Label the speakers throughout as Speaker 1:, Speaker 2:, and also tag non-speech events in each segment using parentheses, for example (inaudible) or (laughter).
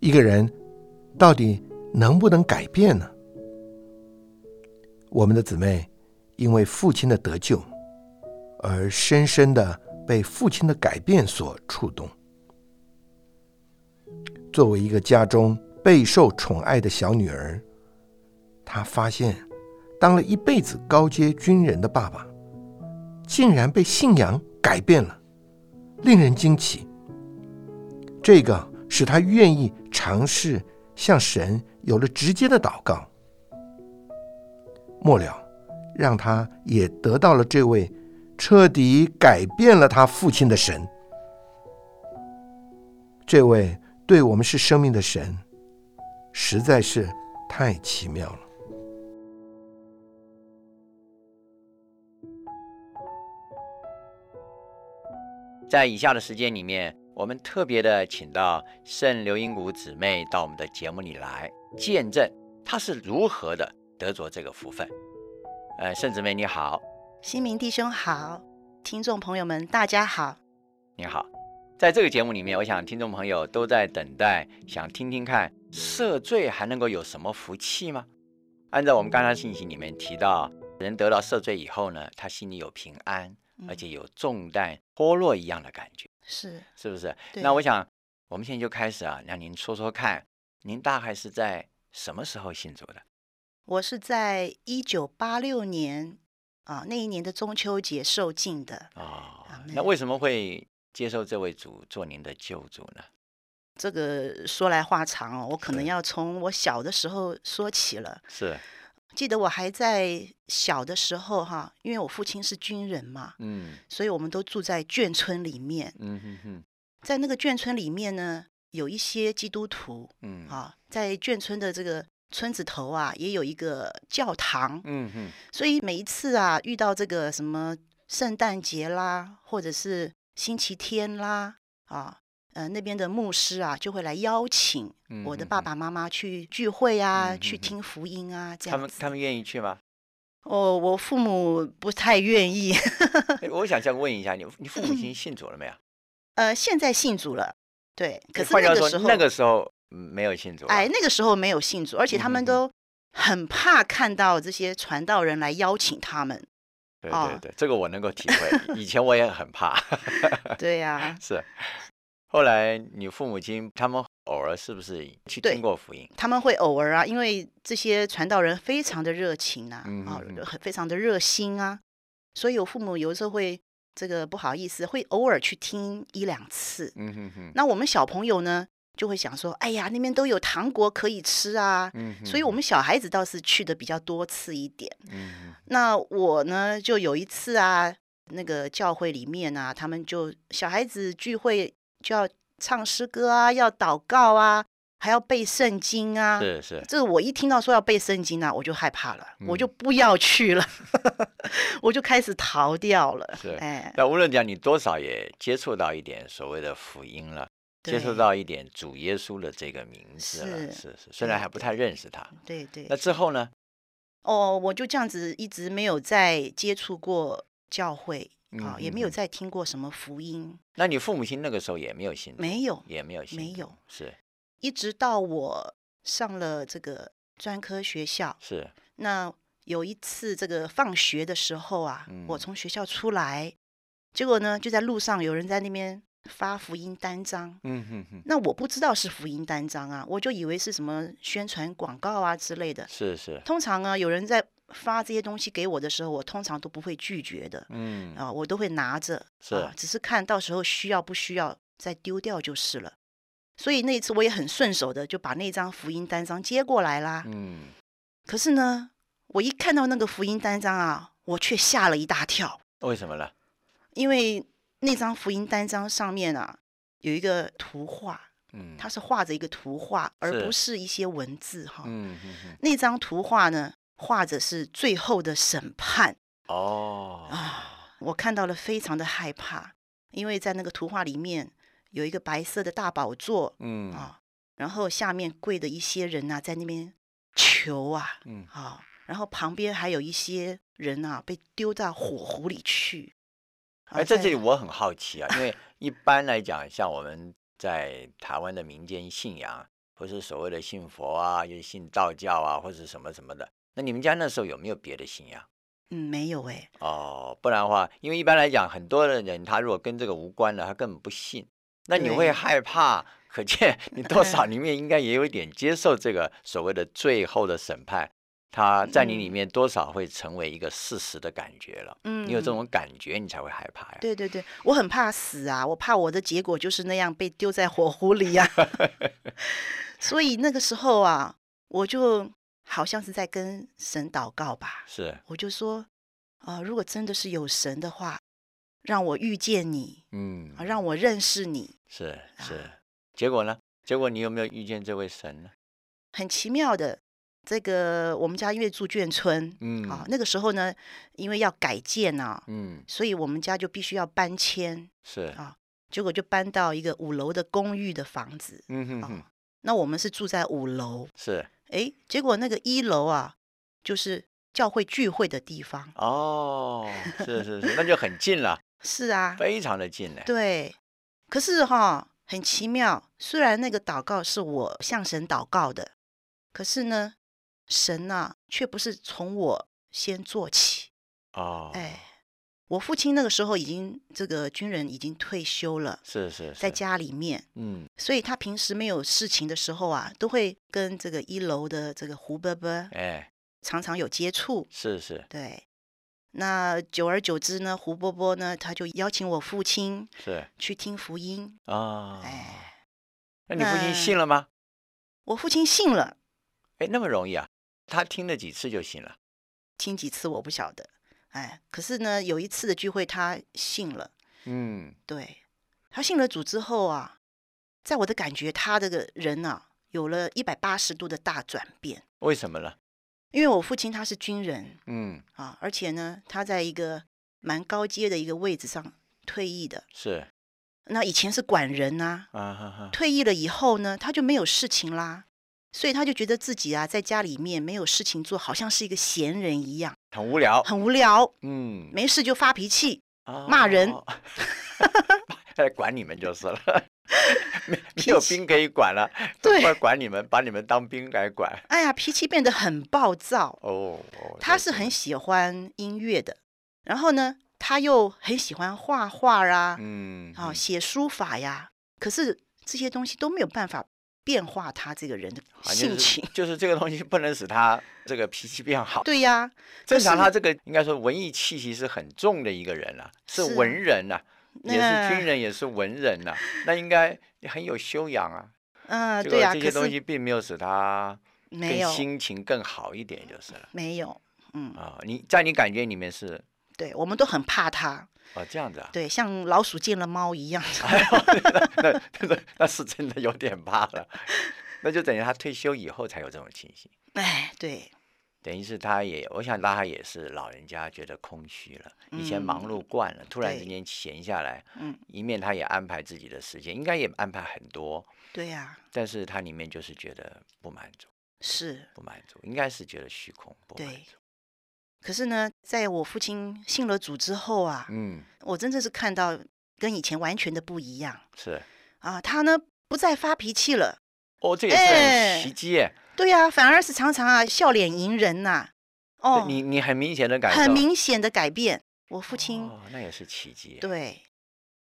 Speaker 1: 一个人到底能不能改变呢？我们的姊妹因为父亲的得救，而深深的被父亲的改变所触动。作为一个家中备受宠爱的小女儿，她发现，当了一辈子高阶军人的爸爸，竟然被信仰改变了，令人惊奇。这个使她愿意尝试向神有了直接的祷告。末了，让她也得到了这位彻底改变了她父亲的神。这位对我们是生命的神，实在是太奇妙了。
Speaker 2: 在以下的时间里面，我们特别的请到圣刘英谷姊妹到我们的节目里来见证她是如何的得着这个福分。呃，圣姊妹你好，
Speaker 3: 新民弟兄好，听众朋友们大家好。
Speaker 2: 你好，在这个节目里面，我想听众朋友都在等待，想听听看赦罪还能够有什么福气吗？按照我们刚才信息里面提到，人得到赦罪以后呢，他心里有平安，
Speaker 3: 嗯
Speaker 2: 而且有重担脱落一样的感觉，
Speaker 3: 是，
Speaker 2: 是不是？
Speaker 3: 对
Speaker 2: 那我想，我们现在就开始啊，让您说说看，您大概是在什么时候信主的？
Speaker 3: 我是在一九八六年啊那一年的中秋节受浸的。
Speaker 2: 哦
Speaker 3: 阿，
Speaker 2: 那
Speaker 3: 门
Speaker 2: 为什么会接受这位主做您的救主呢？
Speaker 3: 这个说来话长哦，我可能
Speaker 2: 是
Speaker 3: 要从我小的时候说起了。
Speaker 2: 是，
Speaker 3: 记得我还在小的时候哈、因为我父亲是军人嘛，
Speaker 2: 嗯
Speaker 3: 所以我们都住在眷村里面。
Speaker 2: 嗯哼哼，
Speaker 3: 在那个眷村里面呢，有一些基督徒
Speaker 2: 嗯，，
Speaker 3: 啊，在眷村的这个村子头啊，也有一个教堂。
Speaker 2: 嗯哼，
Speaker 3: 所以每一次啊，遇到这个什么圣诞节啦，或者是星期天啦，啊，呃，那边的牧师啊，就会来邀请
Speaker 2: 嗯
Speaker 3: 我的
Speaker 2: 哼
Speaker 3: 爸
Speaker 2: 哼
Speaker 3: 爸妈妈去聚会啊，
Speaker 2: 嗯
Speaker 3: 去
Speaker 2: 哼哼
Speaker 3: 听福音啊，这
Speaker 2: 他
Speaker 3: 样
Speaker 2: 们
Speaker 3: 子。
Speaker 2: 他们愿意去
Speaker 3: (laughs)
Speaker 2: 吗？
Speaker 3: 哦，我父母不太愿意。
Speaker 2: 哎我想想问一下你，你父母
Speaker 3: 嗯
Speaker 2: 亲信主了没有？
Speaker 3: 呃，现在信主了，对，可是
Speaker 2: 换句话
Speaker 3: 那个
Speaker 2: 说
Speaker 3: 时，候，
Speaker 2: 那个时候嗯没有信主啊。
Speaker 3: 哎，那个时候没有信主，而且他
Speaker 2: 嗯
Speaker 3: 们
Speaker 2: 哼哼
Speaker 3: 都很怕看到这些传道人来邀请他们。
Speaker 2: (laughs) 对对
Speaker 3: 哦
Speaker 2: 对，这个我能够体
Speaker 3: (laughs)
Speaker 2: 会。以前我也很怕，
Speaker 3: 对啊呀、
Speaker 2: 是。后来你父母亲他们偶尔是不是去
Speaker 3: 对
Speaker 2: 听过福音？
Speaker 3: 他们会偶尔啊，因为这些传道人非常的热情啊，
Speaker 2: 嗯
Speaker 3: 啊
Speaker 2: 嗯嗯，
Speaker 3: 很非常的热心啊，所以我父母有时候会这个不好意思，会偶尔去听一两次。
Speaker 2: 嗯哼哼，
Speaker 3: 那我们小朋友呢，就会想说，哎呀，那边都有糖果可以吃啊，
Speaker 2: 嗯哼哼，
Speaker 3: 所以我们小孩子倒是去的比较多次一点。
Speaker 2: 嗯
Speaker 3: 那我呢，就有一次啊，那个教会里面啊，他们就小孩子聚会就要唱诗歌啊，要祷告啊，还要背圣经啊
Speaker 2: 哼，。是是，
Speaker 3: 这我一听到说要背圣经啊，我就害怕了，我
Speaker 2: 嗯
Speaker 3: 就不要去了， (laughs) 我就开始逃掉了
Speaker 2: 是。
Speaker 3: 哎，
Speaker 2: 那无论讲，你多少也接触到一点所谓的福音了，接触
Speaker 3: 对
Speaker 2: 到一点主耶稣的这个名字了，
Speaker 3: 是
Speaker 2: 是是，虽然
Speaker 3: 对
Speaker 2: 还不
Speaker 3: 对
Speaker 2: 太认识他。
Speaker 3: 对对
Speaker 2: 那。之后呢？
Speaker 3: 哦，我就这样子一直没有再接触过教会啊、也没
Speaker 2: 嗯
Speaker 3: 有
Speaker 2: 嗯嗯
Speaker 3: 再听过什么福音，
Speaker 2: 那你父母亲那个时候也没有信主，
Speaker 3: 没有
Speaker 2: 也没有信主，
Speaker 3: 没有，
Speaker 2: 是
Speaker 3: 一直到我上了这个专科学校，
Speaker 2: 是，
Speaker 3: 那有一次这个放学的时候啊，我
Speaker 2: 嗯
Speaker 3: 从学校出来，结果呢就在路上有人在那边发福音单张。
Speaker 2: 嗯哼哼，
Speaker 3: 那我不知道是福音单张啊，我就以为是什么宣传广告啊之类的。
Speaker 2: 是是，
Speaker 3: 通常啊，有人在发这些东西给我的时候，我通常都不会拒绝的
Speaker 2: 嗯，
Speaker 3: 啊，我都会拿着，
Speaker 2: 是
Speaker 3: 啊，只是看到时候需要不需要再丢掉就是了。所以那一次我也很顺手的就把那张福音单张接过来啦。
Speaker 2: 嗯，
Speaker 3: 可是呢，我一看到那个福音单张啊，我却吓了一大跳，
Speaker 2: 为什么呢？
Speaker 3: 因为那张福音单张上面啊有一个图画，
Speaker 2: 嗯，
Speaker 3: 它是画着一个图画，而
Speaker 2: 是
Speaker 3: 不是一些文字哈。
Speaker 2: 嗯哼哼，
Speaker 3: 那张图画呢，画着是最后的审判
Speaker 2: 哦，
Speaker 3: 啊，我看到了非常的害怕，因为在那个图画里面有一个白色的大宝座
Speaker 2: 嗯，
Speaker 3: 啊，然后下面跪的一些人呐、啊在那边求啊
Speaker 2: 嗯，
Speaker 3: 啊，然后旁边还有一些人呐、被丢到火湖里去。啊
Speaker 2: 哎，在
Speaker 3: 在
Speaker 2: 这里我很好奇啊，因为一般来讲，像我们在台湾的民间信仰，或是所谓的信佛啊，也信道教啊，或是什么什么的。那你们家那时候有没有别的信仰？
Speaker 3: 嗯，没有哎，
Speaker 2: 哦，不然的话，因为一般来讲，很多的人他如果跟这个无关了，他根本不信。那你会
Speaker 3: 对
Speaker 2: 害怕，可
Speaker 3: (laughs)
Speaker 2: 见你多少里面应该也有一点接受这个所谓的最后的审判，它在你里
Speaker 3: 嗯
Speaker 2: 面多少会成为一个事实的感觉了。
Speaker 3: 嗯，
Speaker 2: 你有这种感觉，你才会害怕呀。
Speaker 3: 对对对，我很怕死啊，我怕我的结果就是那样被丢在火湖里呀、啊。所以那个时候啊，我就好像是在跟神祷告吧，
Speaker 2: 是，
Speaker 3: 我就说，啊、如果真的是有神的话，让我遇见你，
Speaker 2: 嗯
Speaker 3: 啊，让我认识你。
Speaker 2: 是是。啊结果呢？结果你有没有遇见这位神呢？
Speaker 3: 很奇妙的，这个我们家因为住眷村，
Speaker 2: 嗯
Speaker 3: 啊，那个时候呢，因为要改建啊，
Speaker 2: 嗯，
Speaker 3: 所以我们家就必须要搬迁，
Speaker 2: 是，
Speaker 3: 啊结果就搬到一个五楼的公寓的房子。
Speaker 2: 嗯哼哼，
Speaker 3: 那我们是住在五楼，
Speaker 2: 是。
Speaker 3: 诶，结果那个一楼啊，就是教会聚会的地方。
Speaker 2: 哦，是是是，那就很近了，
Speaker 3: 是啊，
Speaker 2: 非常的近了。
Speaker 3: 对。可是哈、很奇妙，虽然那个祷告是我向神祷告的，可是呢，神呐、却不是从我先做起。
Speaker 2: 哦，
Speaker 3: 哎，我父亲那个时候已经这个军人已经退休了，
Speaker 2: 是是
Speaker 3: 在
Speaker 2: 是，
Speaker 3: 家里面，
Speaker 2: 嗯，
Speaker 3: 所以他平时没有事情的时候啊，都会跟这个一楼的这个胡伯伯
Speaker 2: 哎，
Speaker 3: 常常有接触。
Speaker 2: 是是
Speaker 3: 对，那久而久之呢，胡伯伯呢，他就邀请我父亲
Speaker 2: 是
Speaker 3: 去听福音。
Speaker 2: 啊。
Speaker 3: 哎，
Speaker 2: 那你父亲
Speaker 3: 那
Speaker 2: 信了吗？
Speaker 3: 我父亲信了，
Speaker 2: 哎，那么容易啊？他听了几次就信了。
Speaker 3: 听几次我不晓得。哎，可是呢，有一次的聚会他信了，
Speaker 2: 嗯，
Speaker 3: 对他信了主之后啊，在我的感觉，他这个人啊，有了一百八十度的大转变。
Speaker 2: 为什么呢？
Speaker 3: 因为我父亲他是军人，
Speaker 2: 嗯，
Speaker 3: 啊，而且呢，他在一个蛮高阶的一个位置上退役的。
Speaker 2: 是
Speaker 3: 那以前是管人呐、
Speaker 2: 啊哈哈，
Speaker 3: 退役了以后呢，他就没有事情啦，所以他就觉得自己啊，在家里面没有事情做，好像是一个闲人一样，
Speaker 2: 很无聊。
Speaker 3: 很无聊，
Speaker 2: 嗯，
Speaker 3: 没事就发脾气，
Speaker 2: 骂
Speaker 3: 骂人
Speaker 2: (laughs) 来哦管你们就是了。没没有兵可以管了，
Speaker 3: 对
Speaker 2: 快管你们，把你们当兵来管。
Speaker 3: 哎呀，脾气变得很暴躁。
Speaker 2: 哦，哦
Speaker 3: 他
Speaker 2: 这
Speaker 3: 是很
Speaker 2: 是
Speaker 3: 喜欢音乐的，然后呢，他又很喜欢画画啊，
Speaker 2: 嗯，
Speaker 3: 啊、
Speaker 2: 嗯
Speaker 3: 写书法呀，可是这些东西都没有办法变化他这个人的
Speaker 2: 好像
Speaker 3: 性
Speaker 2: 啊就是
Speaker 3: 情。 (laughs)
Speaker 2: 就是这个东西不能使他这个脾气变好。
Speaker 3: 对呀、
Speaker 2: 正
Speaker 3: 是
Speaker 2: 常他这个应该说文艺气息是很重的一个人啊，是
Speaker 3: 是
Speaker 2: 文人呐、也是
Speaker 3: 那
Speaker 2: 军人，也是文人呐、那应该很有修养啊。
Speaker 3: 嗯，
Speaker 2: 结
Speaker 3: 对
Speaker 2: 果
Speaker 3: 呀、
Speaker 2: 这些
Speaker 3: 可
Speaker 2: 东
Speaker 3: 是
Speaker 2: 西并没有使他
Speaker 3: 没
Speaker 2: 更
Speaker 3: 有
Speaker 2: 心情更好一点就是了
Speaker 3: 没有，嗯，
Speaker 2: 啊、你在你感觉里面是
Speaker 3: 对，我们都很怕他，
Speaker 2: 哦这样子啊，
Speaker 3: 对，像老鼠见了猫一样。
Speaker 2: (laughs) 哎呦那那那那是真的有点怕了， (laughs) 那就等于他退休以后才有这种情形。
Speaker 3: 哎，对，
Speaker 2: 等于是他也，我想他也是老人家觉得空虚了，以前忙
Speaker 3: 嗯
Speaker 2: 碌惯了，突然之
Speaker 3: 对
Speaker 2: 间闲下来，
Speaker 3: 嗯，
Speaker 2: 一面他也安排自己的时间，应该也安排很多，
Speaker 3: 对呀、
Speaker 2: 但是他里面就是觉得不满足，
Speaker 3: 是。
Speaker 2: 不满足，应该是觉得虚空，不满
Speaker 3: 对
Speaker 2: 足。
Speaker 3: 可是呢，在我父亲信了主之后啊，
Speaker 2: 嗯，
Speaker 3: 我真的是看到跟以前完全的不一样
Speaker 2: 是，
Speaker 3: 啊，他呢不再发脾气了。
Speaker 2: 哦，这也是很
Speaker 3: 哎
Speaker 2: 奇迹耶，
Speaker 3: 对呀、反而是常常啊笑脸迎人呐、
Speaker 2: 对
Speaker 3: 哦，
Speaker 2: 你你很明显的感受，
Speaker 3: 很明显的改变。我父亲、
Speaker 2: 哦，那也是奇迹耶，
Speaker 3: 对，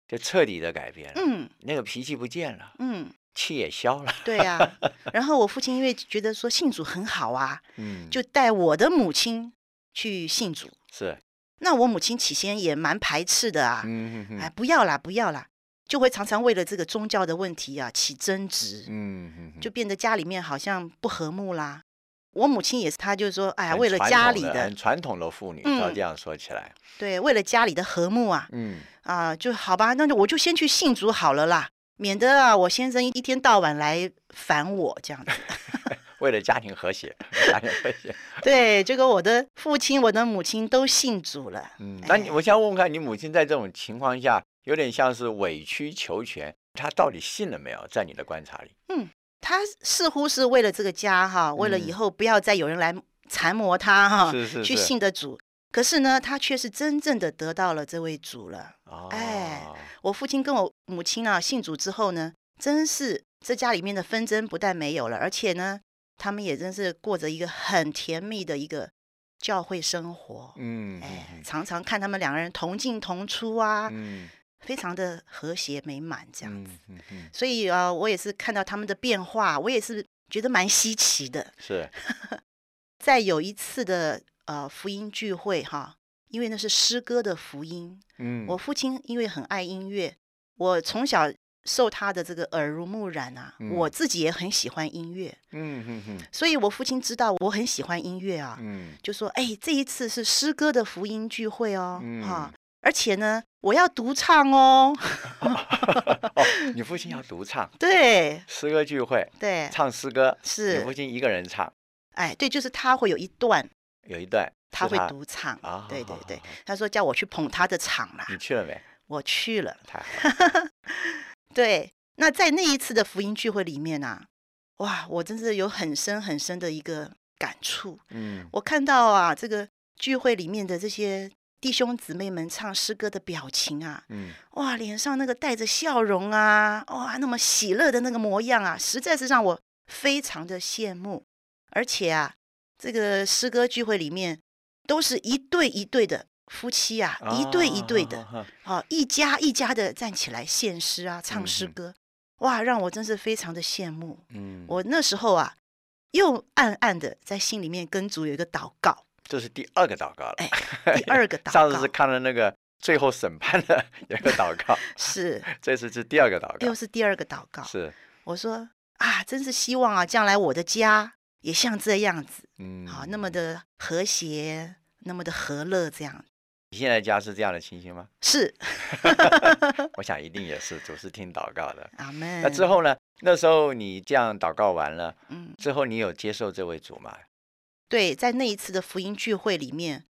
Speaker 2: 就彻底的改变了，
Speaker 3: 嗯
Speaker 2: 那个脾气不见了，
Speaker 3: 嗯，
Speaker 2: 气也消
Speaker 3: (laughs)
Speaker 2: 了，
Speaker 3: 对呀、
Speaker 2: (laughs)
Speaker 3: 然后我父亲因为觉得说信主很好啊，
Speaker 2: 嗯，
Speaker 3: 就带我的母亲去信主。
Speaker 2: 是，
Speaker 3: 那我母亲起先也蛮排斥的啊，
Speaker 2: 嗯哼
Speaker 3: 哎，
Speaker 2: 哼，
Speaker 3: 不要啦，不要啦，就会常常为了这个宗教的问题啊起争执，
Speaker 2: 嗯哼哼，
Speaker 3: 就变得家里面好像不和睦啦。我母亲也是，她就说，哎呀，
Speaker 2: 很
Speaker 3: 为了
Speaker 2: 传
Speaker 3: 家
Speaker 2: 统
Speaker 3: 里
Speaker 2: 的很
Speaker 3: 的，
Speaker 2: 传统的妇女，照
Speaker 3: 嗯
Speaker 2: 这样说起来，
Speaker 3: 对，为了家里的和睦啊，
Speaker 2: 嗯，
Speaker 3: 啊，就好吧，那就我就先去信主好了啦，免得啊我先生一天到晚来烦我这样子。
Speaker 2: 为了家庭和谐，家庭和
Speaker 3: (laughs)
Speaker 2: 谐，
Speaker 3: 对，结果我的父亲、我的母亲都信主了。
Speaker 2: 嗯，
Speaker 3: 哎
Speaker 2: 那你我想问问看，你母亲在这种情况下，有点像是委曲求全，她到底信了没有？在你的观察里，
Speaker 3: 他似乎是为了这个家哈，为了以
Speaker 2: 嗯
Speaker 3: 后不要再有人来缠磨他哈，
Speaker 2: 是是
Speaker 3: 啊去
Speaker 2: 是
Speaker 3: 信的主。可是呢，他却是真正的得到了这位主了。
Speaker 2: 哦，
Speaker 3: 哎我父亲跟我母亲啊信主之后呢，真是这家里面的纷争不但没有了，而且呢，他们也真是过着一个很甜蜜的一个教会生活。
Speaker 2: 嗯
Speaker 3: 哎
Speaker 2: 嗯，
Speaker 3: 常常看他们两个人同进同出啊，
Speaker 2: 嗯，
Speaker 3: 非常的和谐美满这样子。
Speaker 2: 嗯嗯嗯，
Speaker 3: 所以啊、呃我也是看到他们的变化，我也是觉得蛮稀奇的。
Speaker 2: 是，
Speaker 3: 在有一次的呃福音聚会哈，因为那是诗歌的福音，
Speaker 2: 嗯，
Speaker 3: 我父亲因为很爱音乐，我从小受他的这个耳濡目染啊，
Speaker 2: 嗯
Speaker 3: 我自己也很喜欢音乐，
Speaker 2: 嗯嗯嗯
Speaker 3: 所以我父亲知道我很喜欢音乐啊，
Speaker 2: 嗯
Speaker 3: 就说：“哎，这一次是诗歌的福音聚会哦，
Speaker 2: 嗯
Speaker 3: 哈、而且呢，我要独唱哦。 (laughs)
Speaker 2: 哦，你父亲
Speaker 3: 嗯
Speaker 2: 要独唱
Speaker 3: 对
Speaker 2: 诗歌聚会，
Speaker 3: 对，
Speaker 2: 唱诗歌，你
Speaker 3: 是
Speaker 2: 父亲一个人唱，
Speaker 3: 哎，对，就是他会有一段
Speaker 2: 有一段
Speaker 3: 他
Speaker 2: 是
Speaker 3: 会读唱，
Speaker 2: 啊，嗯
Speaker 3: 对对
Speaker 2: 好
Speaker 3: 对，
Speaker 2: 好好
Speaker 3: 他说叫我去捧他的场啦，
Speaker 2: 你去了没？
Speaker 3: 我去了。
Speaker 2: 太好了，
Speaker 3: 对，那在那一次的福音聚会里面啊，哇，我真是有很深很深的一个感触。 (laughs)
Speaker 2: 嗯
Speaker 3: 我看到啊，这个聚会里面的这些弟兄姊妹们唱诗歌的表情啊，
Speaker 2: 嗯
Speaker 3: 哇，脸上那个带着笑容啊，哇，那么喜乐的那个模样啊，实在是让我非常的羡慕。而且啊，这个诗歌聚会里面都是一对一对的夫妻啊，一对一对的，
Speaker 2: 啊
Speaker 3: 啊，一家一家的站起来献诗啊，唱诗
Speaker 2: 嗯哼
Speaker 3: 歌，哇，让我真是非常的羡慕。
Speaker 2: 嗯，
Speaker 3: 我那时候啊，又暗暗的在心里面跟主有一个祷
Speaker 2: (laughs)
Speaker 3: 告，
Speaker 2: 这是第二个祷告了，
Speaker 3: 哎第二个祷
Speaker 2: 上次
Speaker 3: 告
Speaker 2: 是看了那个最后审判的有一个祷告，
Speaker 3: 是
Speaker 2: 这次是第二个祷
Speaker 3: 又
Speaker 2: 告，
Speaker 3: 是第二个祷告，
Speaker 2: 是，
Speaker 3: 我说啊，真是希望啊，将来我的家也像这样子，
Speaker 2: 嗯，
Speaker 3: 好、那么，的和谐，那么的和乐，这样
Speaker 2: 你现在家是这样的情形吗？
Speaker 3: 是
Speaker 2: 我想一定也是，总是听祷告
Speaker 3: (laughs)
Speaker 2: 的。
Speaker 3: 阿门。
Speaker 2: 那之，后呢？那时候你这样祷告完了，
Speaker 3: 嗯，
Speaker 2: 之后你有接受这位主吗？
Speaker 3: 对，在那一次的福音聚会里面，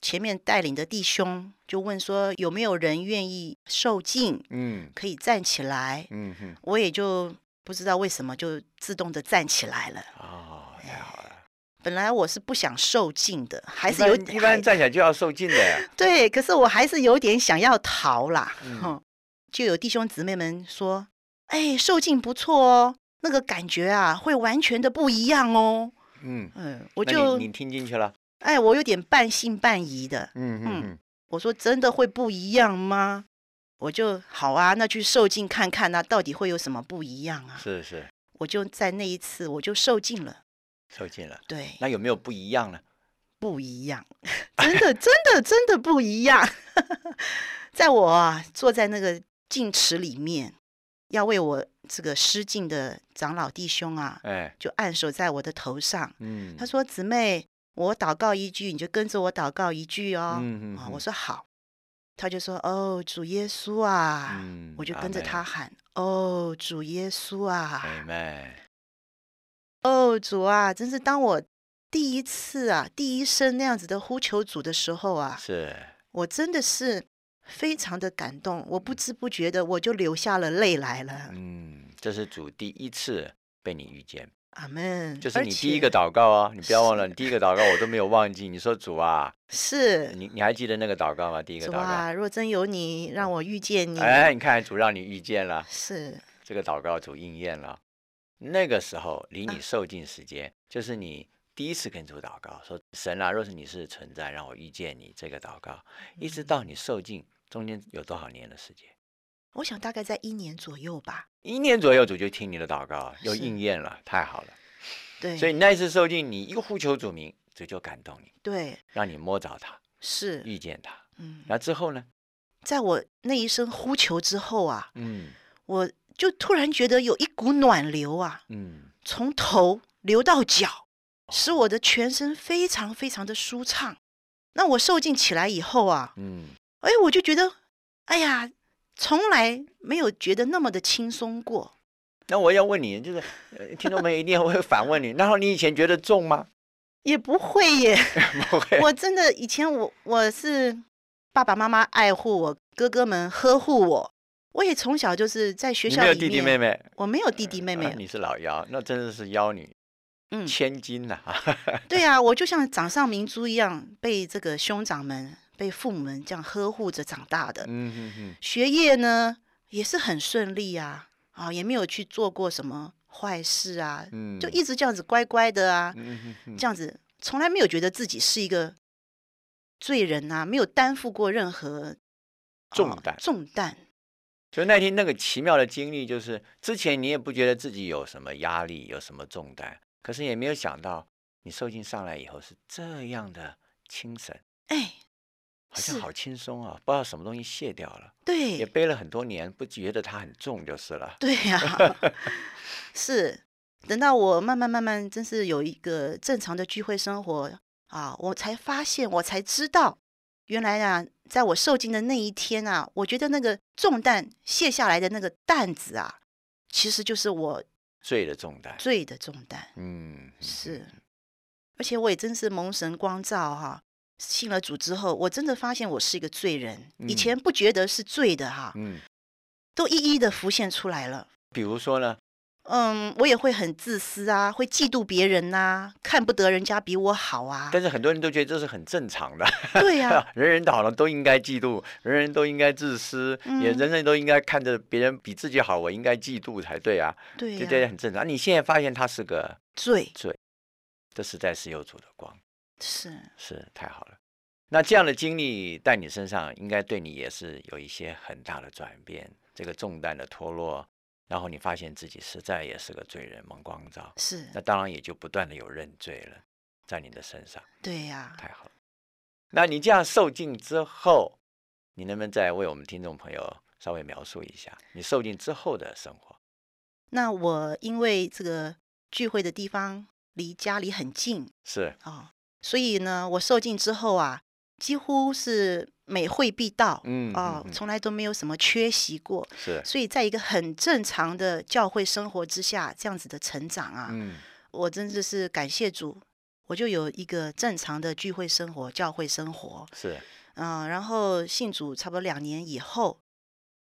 Speaker 3: 前面带领的弟兄就问说，有没有人愿意受浸，
Speaker 2: 嗯
Speaker 3: 可以站起来？
Speaker 2: 嗯哼，
Speaker 3: 我也就不知道为什么就自动的站起来了。
Speaker 2: 哦，太好了，
Speaker 3: 本来我是不想受浸的，还
Speaker 2: 一
Speaker 3: 是有
Speaker 2: 般一
Speaker 3: 还
Speaker 2: 般站起来就要受尽的
Speaker 3: (laughs)
Speaker 2: 呀。
Speaker 3: 对，可是我还是有点想要逃啦。
Speaker 2: 嗯
Speaker 3: 哼，就有弟兄姊妹们说：“哎，受尽不错哦，那个感觉啊，会完全的不一样哦。
Speaker 2: 嗯”，
Speaker 3: 嗯，我
Speaker 2: 那
Speaker 3: 就
Speaker 2: 你你听进去了。
Speaker 3: 哎，我有点半信半疑的。
Speaker 2: 嗯
Speaker 3: 嗯
Speaker 2: 嗯
Speaker 3: 我说：“真的会不一样吗？”我就好啊，那去受尽看看、那到底会有什么不一样
Speaker 2: 嗯，
Speaker 3: 啊？
Speaker 2: 是是
Speaker 3: 我就在那一次，我就受尽了。
Speaker 2: 受尽了。
Speaker 3: 对，
Speaker 2: 那有没有不一样呢？
Speaker 3: 不一样， (laughs) 真的，真的，真的不一样。 (laughs) 在我啊坐在那个净池里面，要为我这个失敬的长老弟兄啊，
Speaker 2: 哎，
Speaker 3: 就按手在我的头上。
Speaker 2: 嗯，
Speaker 3: 他说：“姊妹，我祷告一句，你就跟着我祷告一句哦。
Speaker 2: 嗯嗯
Speaker 3: 啊，
Speaker 2: 嗯
Speaker 3: 我说好。他就说：“哦，主耶稣啊！”
Speaker 2: 嗯
Speaker 3: 我就
Speaker 2: 阿
Speaker 3: 跟着
Speaker 2: 门
Speaker 3: 他喊：“哦，主耶稣啊！”
Speaker 2: 哎妹，
Speaker 3: 哦，主啊，真是当我第一次啊，第一声那样子的呼求主的时候啊，
Speaker 2: 是
Speaker 3: 我真的是非常的感动，我不知不觉的我就流下了泪来了。
Speaker 2: 嗯，这是主第一次被你遇见，
Speaker 3: 阿门。
Speaker 2: 就是
Speaker 3: 而
Speaker 2: 你第一
Speaker 3: 且
Speaker 2: 个祷告哦，你不要忘了，
Speaker 3: 是
Speaker 2: 你第一个祷告我都没有忘记。你说主啊，
Speaker 3: 是
Speaker 2: 你你还记得那个祷告吗？第一个
Speaker 3: 主
Speaker 2: 祷告。嗯
Speaker 3: 啊，若真有你，让我遇见你。
Speaker 2: 哎，你看主让你遇见了，
Speaker 3: 是
Speaker 2: 这个祷告主应验了。那个时候离
Speaker 3: 嗯
Speaker 2: 你受尽时间，就是你第一次跟主祷告，说神啊，若是你是存在，让我遇见你。这个祷告一
Speaker 3: 嗯
Speaker 2: 直到你受尽，中间有多少年的时间？
Speaker 3: 我想大概在一年左右吧。
Speaker 2: 一年左右，主就听你的祷告，又
Speaker 3: 是
Speaker 2: 应验了，太好了。
Speaker 3: 对，
Speaker 2: 所以那一次受尽，你一呼求主名，主就感动你，
Speaker 3: 对
Speaker 2: 让你摸着他，
Speaker 3: 是
Speaker 2: 遇见他。
Speaker 3: 嗯，
Speaker 2: 那之后呢？
Speaker 3: 在我那一声呼求之后啊，
Speaker 2: 嗯
Speaker 3: 我就突然觉得有一股暖流啊，
Speaker 2: 嗯，
Speaker 3: 从头流到脚，使我的全身非常非常的舒畅。那我受尽起来以后啊，
Speaker 2: 嗯
Speaker 3: 哎，我就觉得，哎呀，从来没有觉得那么的轻松过。
Speaker 2: 那我要问你，就是呃听众朋友一定会反问你，然后你以前觉得重吗？ (laughs)
Speaker 3: 也不会耶，
Speaker 2: 不会，
Speaker 3: 我真的以前我我是爸爸妈妈爱护我，哥哥们呵护我，我也从小就是在学
Speaker 2: 你
Speaker 3: 校
Speaker 2: 没
Speaker 3: 里
Speaker 2: 有
Speaker 3: 面，
Speaker 2: 弟弟妹妹，
Speaker 3: 我没有弟弟妹妹，
Speaker 2: 啊你是老幺，那真的是妖女，
Speaker 3: 嗯，
Speaker 2: 千金呐、
Speaker 3: (laughs) 对啊，我就像掌上明珠一样，被这个兄长们、被父母们
Speaker 2: 嗯
Speaker 3: 这样呵护着长大的。
Speaker 2: 嗯哼哼，
Speaker 3: 学业呢也是很顺利啊，啊、啊，也没有去做过什么坏事啊，
Speaker 2: 嗯，
Speaker 3: 就一直这样子乖乖的啊，
Speaker 2: 嗯嗯嗯
Speaker 3: 这样子从来没有觉得自己是一个罪人呐、没有担负过任何呃
Speaker 2: 重担
Speaker 3: 重担，
Speaker 2: 所以那天那个奇妙的经历，就是之前你也不觉得自己有什么压力，有什么重担，可是也没有想到你受尽上来以后是这样的轻省，
Speaker 3: 哎，
Speaker 2: 好像
Speaker 3: 是
Speaker 2: 好轻松啊，不知道什么东西卸掉了，也
Speaker 3: 对
Speaker 2: 背了很多年，不觉得它很重就是了。
Speaker 3: (laughs) 对呀、是。等到我慢慢慢慢，真是有一个正常的聚会生活啊，我才发现，我才知道，原来啊，在我受尽的那一天啊，我觉得那个重担卸下来的那个担子啊，其实就是我
Speaker 2: 罪的重担，
Speaker 3: 罪的重担。
Speaker 2: 嗯，
Speaker 3: 是，而且我也真是蒙神光照哈、信了主之后，我真的发现我是一个罪人，以
Speaker 2: 嗯
Speaker 3: 前不觉得是罪的哈、
Speaker 2: 嗯，
Speaker 3: 都一一的浮现出来了。
Speaker 2: 比如说呢，
Speaker 3: 嗯，我也会很自私啊，会嫉妒别人呐、看不得人家比我好啊。
Speaker 2: 但是很多人都觉得这是很正常的，
Speaker 3: 对
Speaker 2: (laughs)
Speaker 3: 呀、
Speaker 2: 人人好了都应该嫉妒，人人都应该自私，也
Speaker 3: 嗯
Speaker 2: 人人都应该看着别人比自己好，我应该嫉妒才对啊。
Speaker 3: 对
Speaker 2: 就这
Speaker 3: 呀、
Speaker 2: 很正常。你现在发现他是个，
Speaker 3: 罪
Speaker 2: 这实在是有主的光，
Speaker 3: 是
Speaker 2: 是太好了。那这样的经历在你身上，应该对你也是有一些很大的转变，这个重担的脱落，然后你发现自己实在也是个罪人，蒙光照，
Speaker 3: 是，
Speaker 2: 那当然也就不断的有认罪了，在你的身上，
Speaker 3: 对
Speaker 2: (laughs)
Speaker 3: 呀、
Speaker 2: 太好了。那你这样受尽之后，你能不能再为我们听众朋友稍微描述一下你受尽之后的生活？
Speaker 3: 那我因为这个聚会的地方离家里很近，
Speaker 2: 是，
Speaker 3: 哦，所以呢，我受尽之后啊，几乎是每会必到，
Speaker 2: 嗯
Speaker 3: 啊、
Speaker 2: 嗯嗯
Speaker 3: 从来都没有什么缺席过。
Speaker 2: 是，
Speaker 3: 所以，在一个很正常的教会生活之下，这样子的成长啊，
Speaker 2: 嗯，
Speaker 3: 我真的是感谢主，我就有一个正常的聚会生活、教会生活。
Speaker 2: 是，
Speaker 3: 嗯、然后信主差不多两年以后，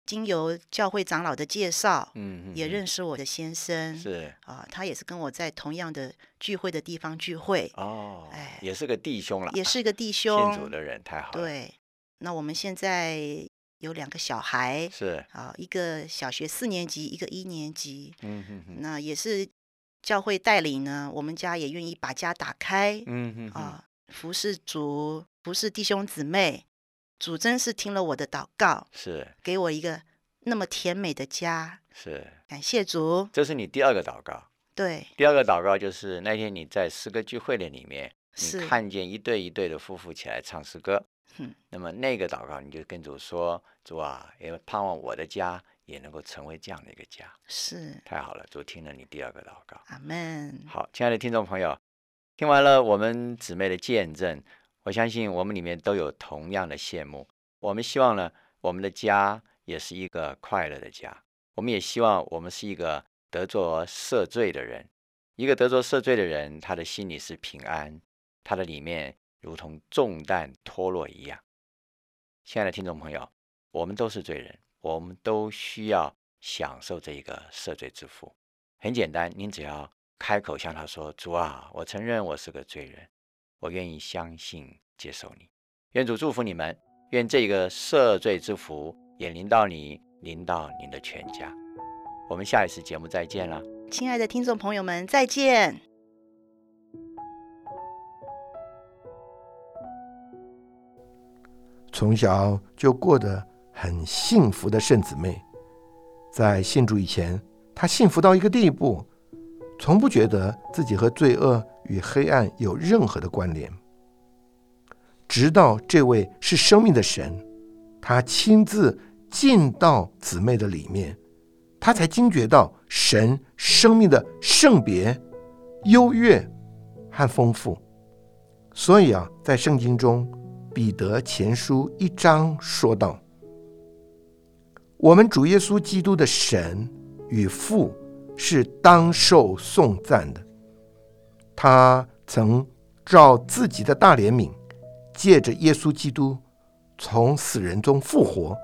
Speaker 3: 经由教会长老的介绍，
Speaker 2: 嗯，
Speaker 3: 也认
Speaker 2: 识，
Speaker 3: 识我的先生，
Speaker 2: 是。
Speaker 3: 啊、他也是跟我在同样的聚会的地方聚会。
Speaker 2: 哦，
Speaker 3: 哎
Speaker 2: 也是个弟兄了，
Speaker 3: 也是个弟兄，
Speaker 2: 信主的人，太好了。，
Speaker 3: 对，那我们现在有两个小孩
Speaker 2: 是，
Speaker 3: 啊，一个小学四年级，一个一年级。
Speaker 2: 嗯哼哼，
Speaker 3: 那也是教会带领呢，我们家也愿意把家打开、
Speaker 2: 嗯哼哼，
Speaker 3: 啊，服侍主，服侍弟兄姊妹。主真是听了我的祷告，
Speaker 2: 是
Speaker 3: 给我一个那么甜美的家，
Speaker 2: 是，
Speaker 3: 感谢主。
Speaker 2: 这是你第二个祷告。
Speaker 3: 对，
Speaker 2: 第二个祷告就是那天你在诗歌聚会的里面，你
Speaker 3: 是
Speaker 2: 看见一对一对的夫妇起来唱诗歌
Speaker 3: 嗯。
Speaker 2: 那么那个祷告，你就跟主说：“主啊，也盼望我的家也能够成为这样的一个家。
Speaker 3: 是”
Speaker 2: 太好了，主听了你第二个祷告。
Speaker 3: 阿门。
Speaker 2: 好，亲爱的听众朋友，听完了我们姊妹的见证，我相信我们里面都有同样的羡慕。我们希望呢，我们的家也是一个快乐的家。我们也希望我们是一个得着赦罪的人。一个得着赦罪的人，他的心里是平安，他的里面如同重担脱落一样。亲爱的听众朋友，我们都是罪人，我们都需要享受这一个赦罪之福。很简单，您只要开口向他说：“主啊，我承认我是个罪人，我愿意相信接受你。愿主祝福你们，愿这个赦罪之福也临到你，临到您的全家。”我们下一次节目再见了。
Speaker 3: 亲爱的听众朋友们，再见。
Speaker 1: 从小就过得很幸福的圣姊妹，在信主以前，她幸福到一个地步，从不觉得自己和罪恶与黑暗有任何的关联。直到这位是生命的神，他亲自进到姊妹的里面，她才惊觉到神生命的圣别、优越和丰富。所以啊，在圣经中，彼得前书一章说道：“我们主耶稣基督的神与父是当受颂赞的。他曾照自己的大怜悯，借着耶稣基督从死人中复活，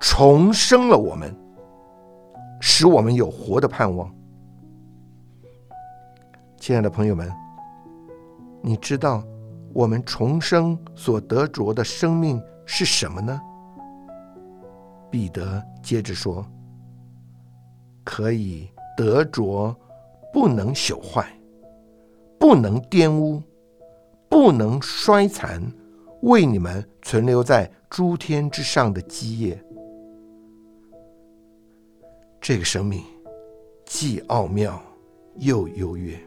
Speaker 1: 重生了我们，使我们有活的盼望。”亲爱的朋友们，你知道我们重生所得着的生命是什么呢？彼得接着说：“可可以得着，不能朽坏，不能玷污，不能衰残，为你们存留在诸天之上的基业。这个生命既奥妙又优越。